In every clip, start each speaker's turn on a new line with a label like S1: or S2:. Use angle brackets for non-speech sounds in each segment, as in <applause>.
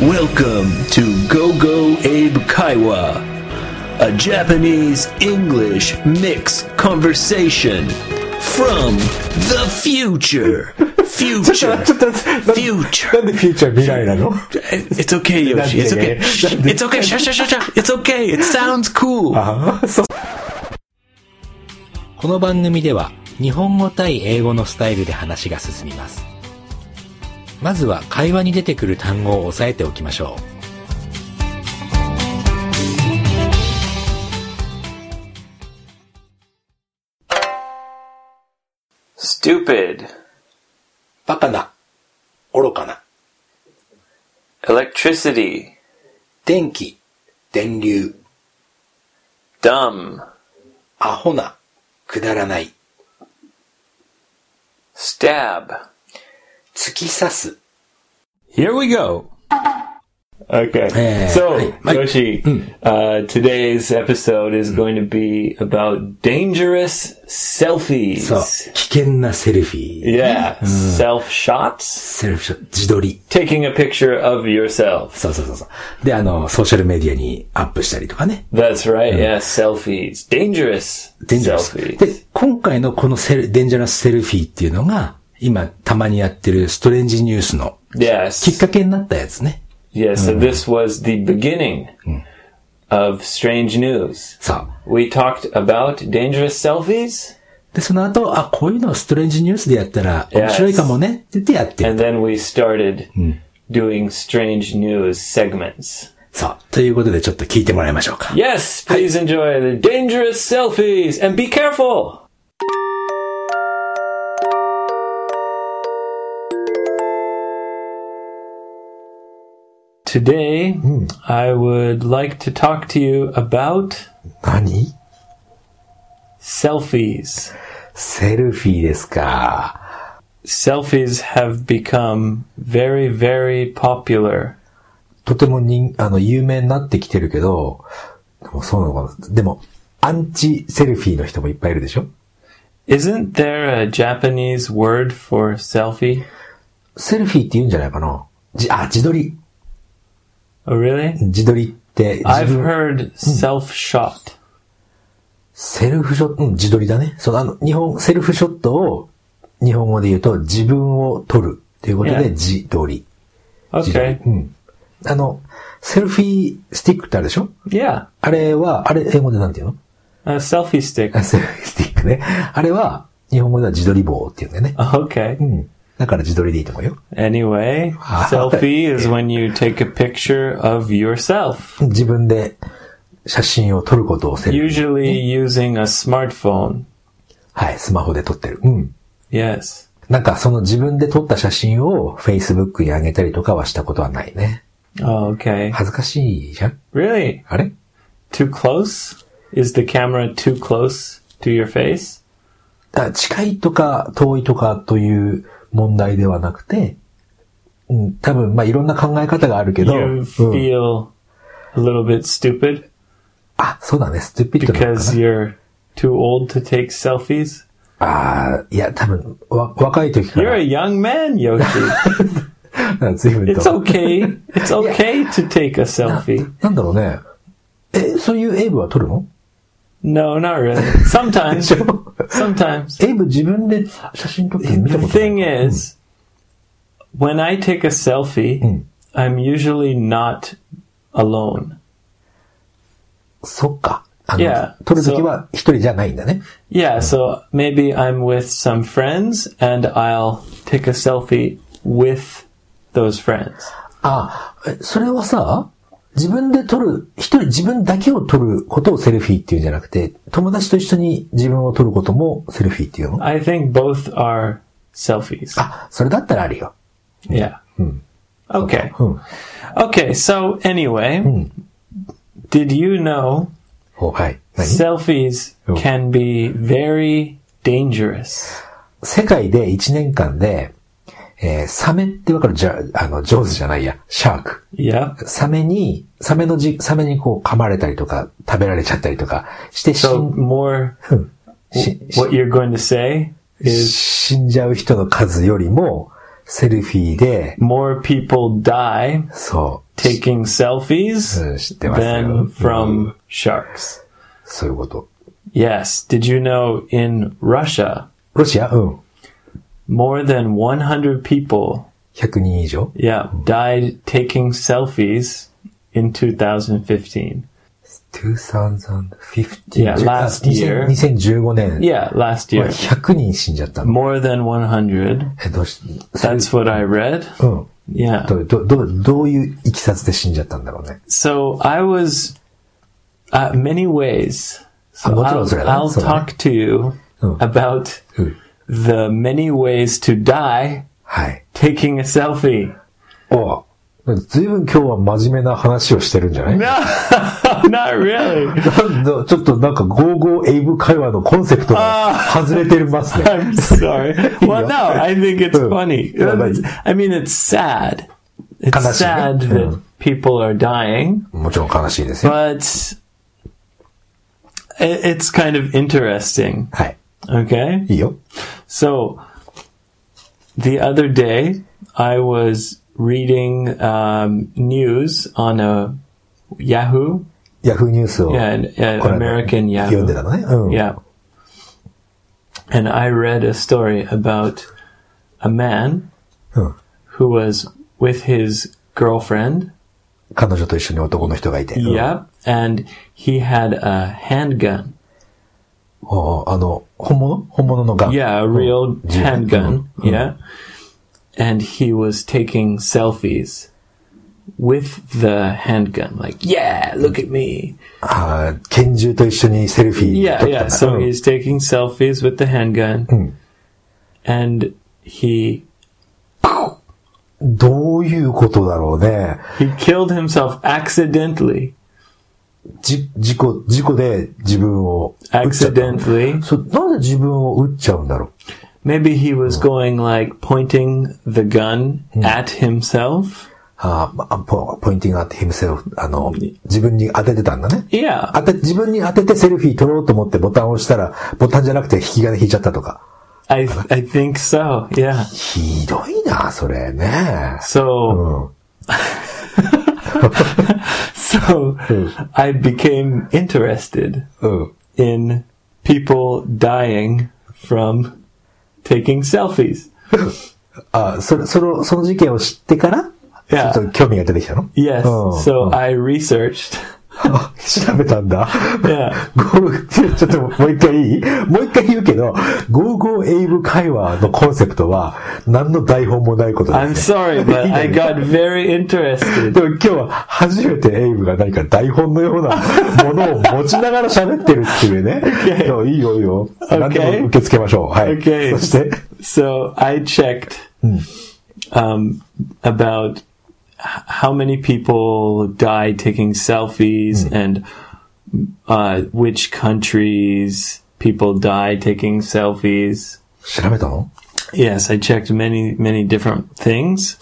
S1: Welcome to Gogo Abe Kaiwa, a Japanese English mix conversation from the future.
S2: ちょっ
S1: Future.
S2: と待って、ちょっと待っ
S1: Future.
S2: てなんでフューチャー未来な
S3: <laughs>
S2: の
S1: It's okay, Yoshi. It's okay. Shh, It's okay. Shh, shh, shh, shh. It's okay. It sounds cool.
S2: ああ、そう。
S3: この番組では日本語対英語のスタイルで話が進みます。まずは会話に出てくる単語を押さえておきましょ
S4: Stupid.
S3: う。バカな、愚かな、
S4: Electricity.
S3: 電気、電流、
S4: Dumb.
S3: アホな、くだらない、
S4: Stab.
S3: 突き刺す。
S4: Here we go. Okay.
S3: Eh,
S4: So,
S3: I-
S4: Yoshi, uh, today's episode is going to be about dangerous
S3: そう、
S4: selfies.
S3: 危険なセルフィー。
S4: Yeah. Self shots.
S3: セルフショット、自撮り。
S4: Taking a picture of yourself.
S3: そうそうそうそう。で、あの、ソーシャルメディアにアップしたりとかね。
S4: That's right. Yeah. Selfies. Dangerous.
S3: デンジャラス。
S4: Selfies.
S3: で、今回のこのセルデンジャラスセルフィーっていうのが、今たまにやってるストレンジニュースのきっ
S4: Yes.
S3: かけになったやつね。
S4: Yeah. So this was the beginning of strange news.
S3: さあ。
S4: We talked about dangerous selfies,
S3: で、その後、あ、こういうのをストレンジニュースでやったら
S4: Yes.
S3: 面白いかもねって言ってやってる。
S4: and then we started doing strange news segments.
S3: さあ。ということでちょっと聞いてもらいましょうか。
S4: Yes, please enjoy the dangerous selfies and be careful! 。Today, I would like to talk to you about
S2: 何
S4: selfies.
S2: セルフィーですか。
S4: Selfies have become very, very popular
S2: とても人、あの、有名になってきてるけど、でもそうなのかな。でも、アンチセルフィーの人もいっぱいいるでしょ
S4: Isn't there a Japanese word for selfie?
S2: セルフィーって言うんじゃないかな。じ、あ、自撮り。
S4: Oh, really?
S2: 自撮りって、自
S4: I've
S2: 分
S4: heard self shot.
S2: セルフショット、うん、自撮りだね。そのあの、日本、セルフショットを、日本語で言うと、自分を撮るっていうことで、
S4: Yeah.
S2: 自撮り。自撮り
S4: Okay.
S2: うん。あの、セルフィースティックってあるでしょ
S4: Yeah.
S2: あれは、あれ、英語でなんて言うの
S4: A
S2: <laughs>
S4: selfie stick.
S2: あセルフィースティックね。あれは、日本語では自撮り棒って言うんだよね。
S4: Okay.
S2: うん。だから自撮りでいいと思うよ。
S4: Anyway, selfie is when you take a picture of yourself,
S2: 自分で写真を撮ることをセルフィー。
S4: usually using a smartphone.
S2: はい、スマホで撮ってる。うん。
S4: Yes.
S2: なんか、その自分で撮った写真を Facebook に上げたりとかはしたことはないね。
S4: Oh, okay.
S2: 恥ずかしいじゃん
S4: Really?
S2: あれ
S4: Too close? Is the camera too close to your face?
S2: だから近いとか遠いとかという問題ではなくて、うん、多分、まあ、いろんな考え方があるけど、
S4: You
S2: うん
S4: feel a little bit stupid?
S2: あ、そうだね、ストゥピッドなのか
S4: because
S2: な
S4: you're too old to take selfies.
S2: あーいや、多分、わ、若い時か
S4: You're
S2: ら
S4: a、young man, Yoshi.
S2: なんか <laughs> 随分
S4: It's
S2: と。
S4: okay. It's okay to take a selfie.
S2: なんだろうね。え、そういうエイブは撮るの
S4: No, not really. Sometimes.
S2: でしょ
S4: Sometimes.
S2: エイブ自分で写真撮って見た
S4: The
S2: ことない。
S4: thing is, when I take a selfie,
S2: Mm.
S4: I'm usually not alone.
S2: そっか。あの
S4: Yeah.
S2: 撮るときは一人じゃないんだね。
S4: Yeah, so maybe I'm with some friends and I'll take a selfie with those friends.
S2: あ、えそれはさ、自分で撮る、一人自分だけを撮ることをセルフィーっていうんじゃなくて、友達と一緒に自分を撮ることもセルフィーっていうの
S4: I think both are selfies.
S2: あ、それだったらあるよ。
S4: Yeah. Okay.
S2: うん。
S4: Okay, so anyway, did you know
S2: おはい。何
S4: selfies
S2: Oh.
S4: can be very dangerous?
S2: 世界で1年間で、えーサメってわかるじゃ、あの、上手じゃないや、シャーク。
S4: Yeah.
S2: サメに、サメのじ、サメにこう噛まれたりとか、食べられちゃったりとかして死
S4: So
S2: ん、
S4: more
S2: うんし
S4: what you're going to say is
S2: 死んじゃう人の数よりも、セルフィーで、
S4: More people die
S2: そう。
S4: taking selfies
S2: うん知ってますよ。
S4: than
S2: うん
S4: from sharks.
S2: そういうこと。
S4: Yes, did you know in Russia,
S2: ロシアうん。
S4: more than 100 people,
S2: 100人以上
S4: yeah, died taking selfies in 2015.
S2: 2015
S4: Yeah, last year.
S2: 2015年。
S4: Yeah, last
S2: まあ
S4: year.
S2: 100人死んじゃったの。
S4: More than 100.
S2: え、どうし、それ
S4: That's what I read.
S2: うん。
S4: Yeah.
S2: ど、ど、どう、どういういきさつで死んじゃったんだろうね。
S4: So I was uh, many ways.
S2: Ah,
S4: So I'll,
S2: もちろんそれはね、
S4: I'll
S2: そうね。
S4: talk to you
S2: うん。
S4: about
S2: うん。
S4: the many ways to die
S2: はい。
S4: taking a selfie. <laughs>
S2: おうずいぶん今日は真面目な話をしてるんじゃない <laughs>
S4: No, Oh, not really.
S2: なんだちょっとなんか、ゴーゴーエイブ会話のコンセプトが外れてますね。<laughs>
S4: I'm sorry. Well, no, I think it's
S2: Mm.
S4: funny.
S2: Yeah, but-
S4: I mean, it's sad.
S2: Kanashi,
S4: It's sad
S2: yeah.
S4: that people are dying,
S2: もちろん悲しいですよ。
S4: but i- it's kind of interesting.
S2: はい。
S4: Okay.
S2: いいよ。
S4: So the other day, I was reading um, news on a Yahoo
S2: ヤフーニュースを。
S4: yeah, an, an
S2: この間
S4: American
S2: 読んで
S4: Yahoo.
S2: たのね。うん。
S4: Yeah. And I read a story about a man
S2: うん。
S4: who was with his girlfriend.
S2: 彼女と一緒に男の人がいて。うん
S4: Yep. And he had a handgun.
S2: おうあの、本物本物のガン。
S4: Oh, Yeah, a real
S2: うん
S4: handgun.
S2: うん
S4: Yeah. And he was taking selfies with the handgun. Like, yeah, look at me.
S2: あー拳銃と一緒にセルフィー
S4: Yeah,
S2: 撮っ
S4: Oh. Hmm.
S2: た
S4: yeah.
S2: んだ
S4: So
S2: うん
S4: he's taking selfies with the handgun.
S2: Mm.
S4: And he
S2: どういうことだろうね。
S4: he killed himself accidentally.
S2: じ、事故、事故で自分を撃っちゃったの。
S4: Accidentally.
S2: そう、なんで自分を撃っちゃうんだろう。
S4: Maybe he was going like pointing the gun at himself.
S2: あーまあ、ポポインティングアットヒムセルフ、あの、自分に当ててたんだね。
S4: Yeah.
S2: 当て、自分に当ててセルフィー撮ろうと思ってボタンを押したら、ボタンじゃなくて引き金引いちゃったとか。
S4: I I think so. Yeah.
S2: ひどいな、それね。う
S4: So
S2: ん。
S4: <laughs> so I became interested
S2: うん。
S4: in people dying from taking selfies.
S2: あ、それ、その、その事件を知ってから、ちょ
S4: Yeah.
S2: っと興味が出てきたの
S4: Yes.
S2: うん
S4: So
S2: うん
S4: I researched.
S2: あ <laughs> 調べたんだ。
S4: Yeah.
S2: ゴーちょっともう一回いいもう一回言うけど、ゴーゴーエイブ会話のコンセプトは、何の台本もないことで <laughs>
S4: I'm
S2: す、ね。
S4: sorry, but I got very interested.
S2: でも今日は初めてエイブが何か台本のようなものを持ちながら喋ってるっていうね。いやいいよいいよ。何でも受け付けましょう。はい。
S4: Okay.
S2: そして、
S4: So I checked um, about h- how many people die taking selfies and uh, which countries people die taking selfies.
S2: 調べたの
S4: Yes, I checked many, many different things.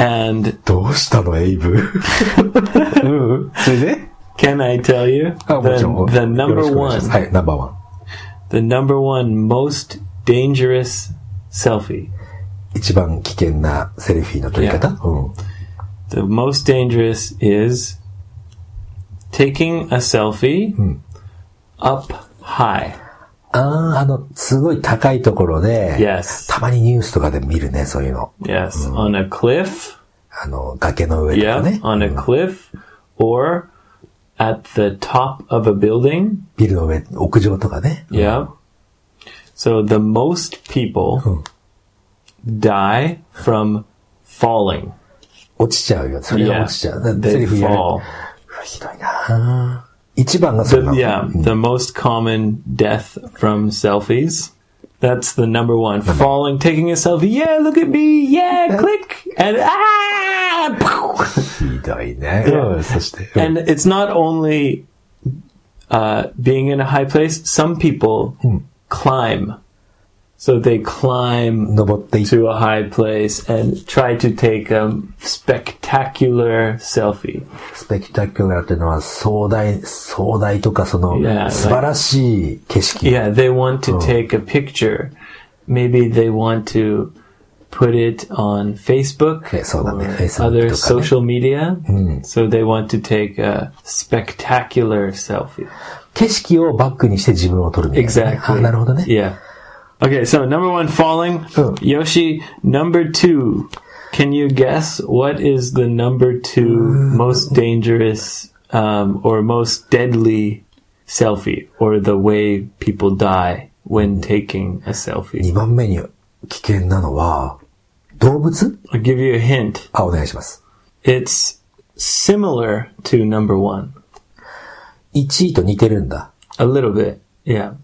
S4: And
S2: どうしたのエイブ <laughs> うん。それで
S4: can I tell you
S2: あ、もちろ
S4: the,
S2: ん。
S4: the number
S2: よろしくお願いします
S4: one,
S2: はい、ナンバーワン。
S4: the number one most dangerous selfie,
S2: 一番危険なセルフィーの撮り方、うん。
S4: the most dangerous is taking a selfie up high.
S2: ああ、あの、すごい高いところで、
S4: Yes.
S2: たまにニュースとかで見るね、そういうの。
S4: Yes. On a cliff.
S2: あの、崖の上とか
S4: Yeah.
S2: ね。
S4: On
S2: う
S4: a
S2: ん
S4: cliff or at the top of a building.
S2: ビルの上、屋上とかね。
S4: Yeah. So the most people die from falling.
S2: 落ちちゃうよ。それは
S4: Yeah.
S2: 落ちちゃう。だってセ
S4: They
S2: リフやる。
S4: fall.
S2: ひどいな一番がそれ
S4: The,
S2: なの。
S4: yeah.
S2: うん
S4: The most common death from selfies. That's the number one. Falling, taking a selfie. Yeah, look at me. Yeah, click. And ah!
S2: ひ
S4: <laughs>
S2: どいね。
S4: Yeah.
S2: うんそして、うん
S4: and it's not only uh, being in a high place. Some people climb, so they climb
S2: 登っていく。
S4: to a high place and try to take a spectacular selfie.
S2: スペキュタキュラーっていうのは壮大、壮大とかその
S4: Yeah, like-
S2: 素晴らしい景色。
S4: Yeah, they want to take a picture. Maybe they want to put it on Facebook
S2: そうだね、
S4: or
S2: Facebook
S4: other
S2: とかね。
S4: social media. So they want to take a spectacular selfie.
S2: 景色をバックにして自分を撮るみたいなね、
S4: Exactly.
S2: あ、なるほどね。
S4: Yeah. Okay, so number one, falling.
S2: Oh.
S4: Yoshi, number two. Can you guess what is the number two most dangerous um, or most deadly selfie or the way people die when taking a selfie?
S2: 2番目に危険なのは、動物
S4: I'll give you a hint.
S2: あ、お願いします。
S4: It's similar to number one.
S2: 1位と似てるんだ。
S4: A little bit. Yeah.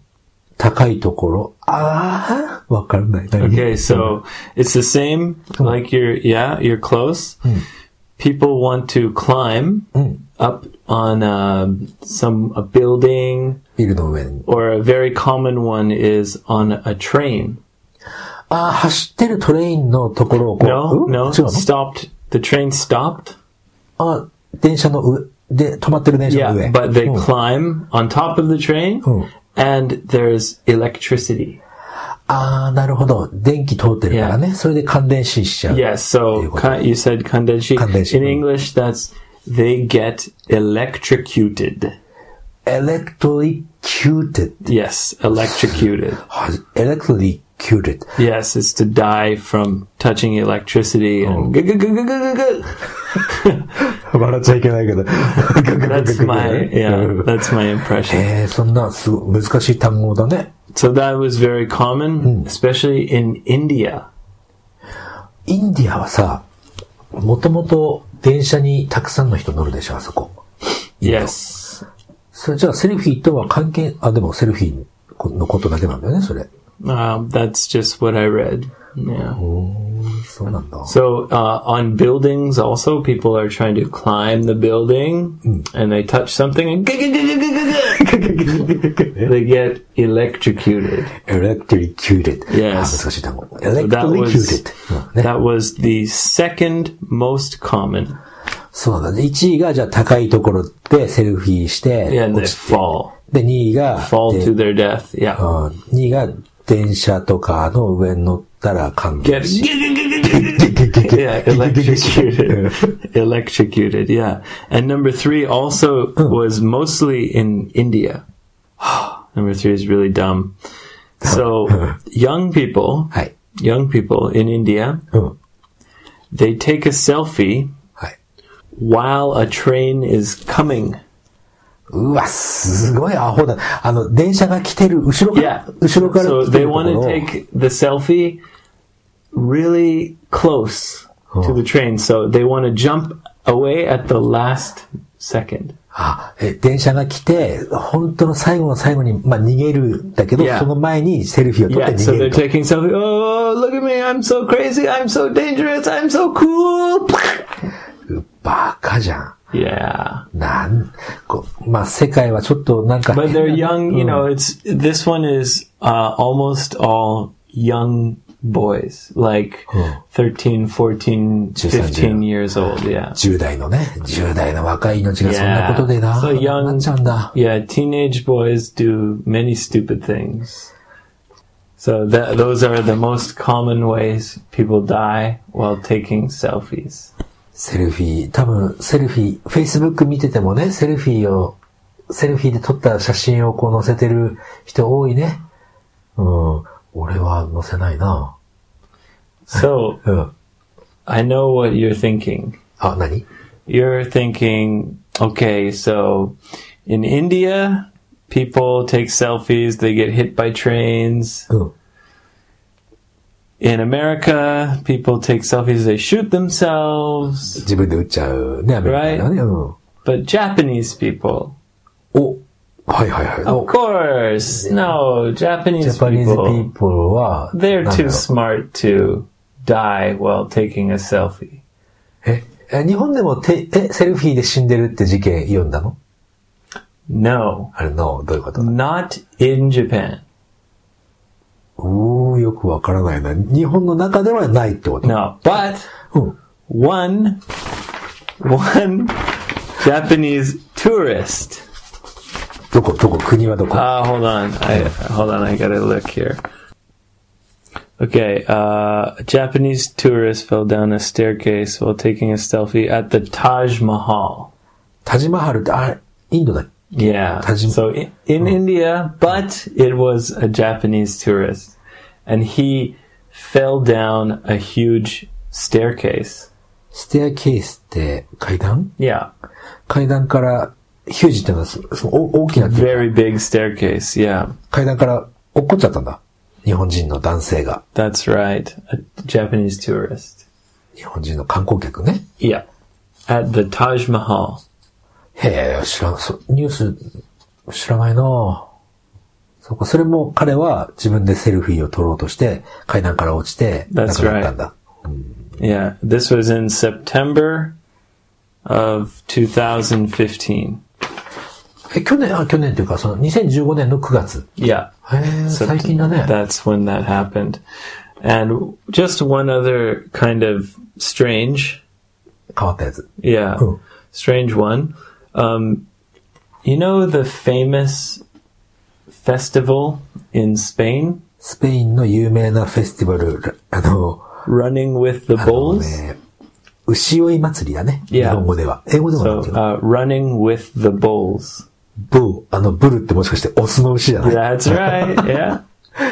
S2: 高いところ。ああ、わからない。何
S4: Okay, so it's the same. Like you're, yeah, you're close. People want to climb up on um some a building,
S2: ビルの上に。
S4: or a very common one is on a train.
S2: ああ、走ってるトレインのところをこう。
S4: No,
S2: うん
S4: no,
S2: 違うの
S4: stopped. The train stopped.
S2: あー電車の上。で、止まってる電車の
S4: Yeah,
S2: 上。
S4: but they
S2: うん
S4: climb on top of the train,
S2: Oh.
S4: and there's electricity.
S2: ああ、なるほど。電気通ってるからね。それで感電死しちゃう。
S4: Yes, so
S2: っていうこと。
S4: kan- you said kandenshi.
S2: Kandenshi,
S4: In
S2: mm.
S4: English, that's they get electrocuted.
S2: electrocuted.
S4: Yes, electrocuted.
S2: は electrocuted.
S4: Yes, it's to die from touching electricity. And g- g- g- g- g- g- g-
S2: <laughs> 笑っちゃいけないけど。Oh, <laughs>
S4: that's my yeah, that's my impression.
S2: えー、そんなすご難しい単語だね。
S4: So that was very common, especially in India.
S2: インディアはさ、もともと電車にたくさんの人乗るでしょ、あそこ。
S4: Yes,
S2: それじゃあセルフィーとは関係、あ、でもセルフィーのことだけなんだよね、それ。
S4: um, that's just what I read. Yeah.
S2: そうなんだ。
S4: So uh, on buildings, also people are trying to climb the building, and they touch something, and <laughs> g- g- g- g- g- g- g- they get electrocuted.
S2: electrocuted. あ
S4: Yes.
S2: 難しい単語。
S4: that was-
S2: electrocuted. うんね
S4: That was the second most common.
S2: そうなんだ。1位がじゃあ高いところでセルフィーして
S4: Yeah, and they
S2: 落ち
S4: fall.
S2: で、2位が、
S4: Fall
S2: で
S4: to their death. Yeah.
S2: うん2位が電車とかの上に乗ったら感動
S4: Get,
S2: し。
S4: yeah, electrocuted. electrocuted, yeah. And number three also was mostly in India. <gasps> number three is really dumb. So, young people,
S2: はい。
S4: young people in India,
S2: うん。
S4: they take a selfie
S2: はい。
S4: while a train is coming.
S2: うわ、すごいアホだ。あの、電車が来てる、後ろから、
S4: Yeah.
S2: 後ろから
S4: So
S2: 来て
S4: they
S2: るとこ
S4: want
S2: ろ
S4: to
S2: を
S4: take the selfie really close to the train. So they want to jump away at the last second.
S2: あえ電車が来て、本当の最後の最後に、まあ、逃げるんだけど、
S4: Yeah.
S2: その前にセルフィーを撮って
S4: Yeah.
S2: 逃
S4: So
S2: げ
S4: they're
S2: ると。
S4: taking selfie. Oh, look at me! I'm so crazy! I'm so dangerous! I'm so cool!
S2: バカじゃ
S4: Yeah.
S2: ん。なん、こうまあ、世界はちょっとなんか
S4: But
S2: 変
S4: they're
S2: な
S4: young. You know, it's this one is uh, almost all young boys like 13 14 15 years old yeah
S2: 10代のね、10代の若い命がそんなことで
S4: Yeah.
S2: な、
S4: So
S2: なっ
S4: young,
S2: ちゃうんだ。
S4: yeah, teenage boys do many stupid things. So that those are the most common ways people die while taking selfies.
S2: セルフィー、多分、セルフィー、Facebook 見ててもね、セルフィーを、セルフィーで撮った写真をこう載せてる人多いね。うん。俺は載せないな。
S4: So
S2: うん。
S4: I know what you're thinking.
S2: あ、何
S4: You're thinking, okay, so in India, people take selfies, they get hit by trains.
S2: うん。
S4: In America, people take selfies, they shoot themselves.
S2: 自分で打っちゃうね、アメリカのね。うん。
S4: But Japanese people,
S2: お、はいはいはい。
S4: Of
S2: お
S4: course, no Oh. Japanese,
S2: ジャパニーズ
S4: people,
S2: ピープルは、
S4: They're
S2: なんだろ
S4: too
S2: う
S4: smart to die while taking a selfie.
S2: え、え日本でもて、え、セルフィーで死んでるって事件読んだの
S4: No,
S2: あれの、どういうこと
S4: not in Japan.
S2: おー、よくわからないな。日本の中ではないってこと。
S4: No, but
S2: うん。
S4: one, one Japanese tourist. Uh,
S2: どこ、どこ、国はどこ。
S4: Ah, hold on, I hold on, I gotta look here. Okay, uh, a Japanese tourist fell down a staircase while taking a selfie at the Taj Mahal.
S2: 田島春って、あれ、インドだっ
S4: Yeah.
S2: Taj-
S4: so in, in India, but it was a Japanese tourist. And he fell down a huge staircase.
S2: ステアケースって階段
S4: Yeah.
S2: 階段から、ヒュージってのはすそのお大きなっていうか
S4: Very big staircase. Yeah.
S2: 階段から落っこっちゃったんだ。日本人の男性が。
S4: That's right. A Japanese tourist.
S2: 日本人の観光客ね。
S4: Yeah. At the Taj Mahal.
S2: へえ、知らん、そニュース、知らないなぁそうか、それも彼は自分でセルフィーを撮ろうとして、階段から落ちて、亡
S4: That's
S2: くなったんだ。
S4: Yeah. This was in September of 2015.
S2: え、去年、あ、去年というか、その2015年の9月。
S4: Yeah.
S2: へえ、最近だね。
S4: That's when that happened. And just one other kind of strange,
S2: 変わったやつ。
S4: yeah,
S2: Oh.
S4: strange one. Um, you know the famous festival in Spain,
S2: スペインの有名なフェスティバル、らあの、
S4: Running with the
S2: あの
S4: Bulls?
S2: ね、牛追い祭りだね。
S4: Yeah.
S2: 日本語では。英語でもなん
S4: So,
S2: だけど。
S4: uh, Running with the Bulls.
S2: ブー、あの、ブルってもしかしてオスの牛じゃない
S4: That's <laughs> right. Yeah.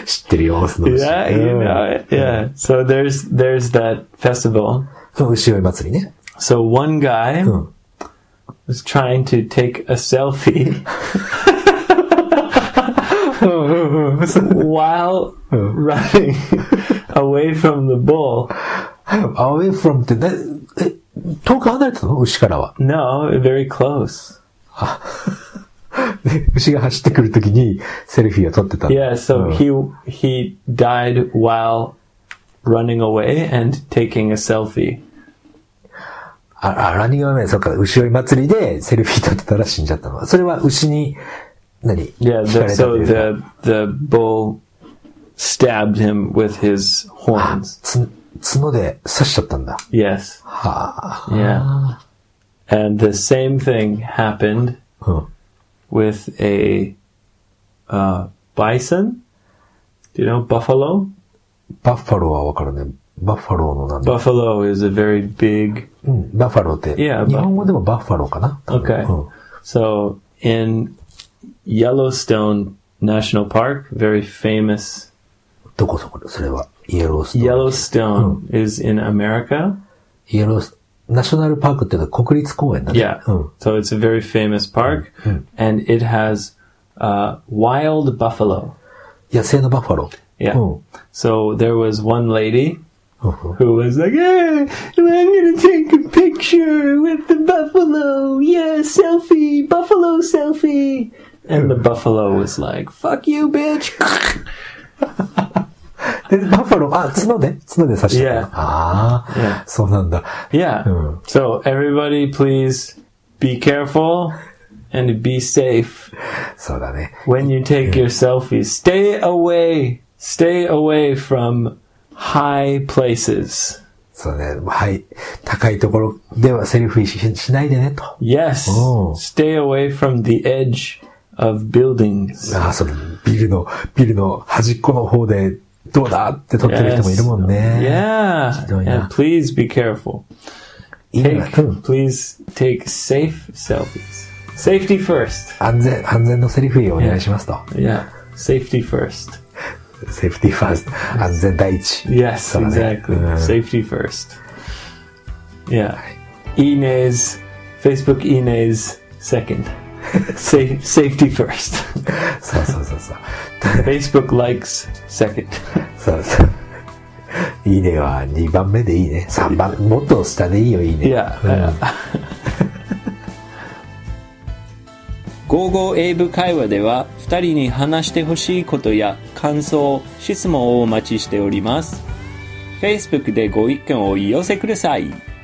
S2: 知ってるよ、オスの牛。
S4: Yeah, you know it. Yeah. So there's there's that festival.
S2: うん牛追い祭りね。
S4: So one guy
S2: うん。
S4: was trying to take a selfie while running away from the bull.
S2: away from ってね、え、遠く離れてたの牛からは。
S4: No, very close.
S2: で牛が走ってくるときにセルフィーを撮ってたの。
S4: Yeah, so he he died while running away and taking a selfie.
S2: あ、あ、ランニングはね、そっか、牛追い祭りでセルフィー撮ってたら死んじゃったの。それは牛に、何
S4: Yeah,
S2: 惹か
S4: the,
S2: れたと
S4: so
S2: いうか
S4: the the bull stabbed him with his horns.
S2: つ、角で刺しちゃったんだ。
S4: Yes.
S2: はあ。
S4: Yeah. And the same thing happened
S2: うん。
S4: with a uh, bison. Do you know buffalo?
S2: バッファローはわかるね。バッファローのなんだ。
S4: Buffalo is a very big.
S2: うん、バッファローって。
S4: いや
S2: 日
S4: バ
S2: 本語でもバッファローかな。
S4: Okay.
S2: うん。
S4: So in Yellowstone National Park, very famous.
S2: どこそこで、それは。イエローストーン。
S4: Yellowstone is in America.
S2: イエロース、ナショナルパークっていうのは国立公園だね。
S4: Yeah.
S2: うん。
S4: So it's a very famous park, and it has uh, wild buffalo.
S2: 野生のバッファロー。
S4: Yeah.
S2: うん。
S4: So there was one lady
S2: うんうん
S4: who was like, "Ah, I'm gonna take a picture with the buffalo. Yeah, selfie, buffalo selfie. And the buffalo was like, fuck you, bitch. <laughs>
S2: で、バッファロー、あ、角で角で刺してたの
S4: Yeah.
S2: ああ
S4: Yeah.、
S2: そうなんだ。
S4: Yeah.
S2: Hmm.
S4: So everybody, please be careful and be safe
S2: そうだね。
S4: when you take your selfies. Stay away. Stay away from high places.
S2: そうね。はい。高いところではセルフ意識しないでね、と。
S4: Yes.
S2: Oh.
S4: Stay away from the edge of buildings.
S2: ああ、そのビルの、ビルの端っこの方で、どうだって撮ってる人もいるもんね。
S4: Yeah.
S2: doing
S4: And
S2: that.
S4: please be careful.
S2: いいね
S4: Take,
S2: うん
S4: please take safe selfies. Safety first.
S2: 安全、安全のセルフィーをお願いしますと。
S4: Yeah. Safety first.
S2: セーフティーファースト。安全第一。
S4: Yes,
S2: そうだね
S4: exactly.
S2: うん
S4: Safety first. Yeah. Ines, Facebook Ines second. Sa- safety first. <laughs>
S2: そうそうそうそう。 <laughs>
S4: Facebook likes second.
S2: そうそう。いいねは2番目でいいね。3番、もっと下でいいよ、いいね。
S4: Yeah.
S2: うん
S5: <laughs> 55英語会話では2人に話してほしいことや感想質問をお待ちしております Facebook でご意見をお寄せください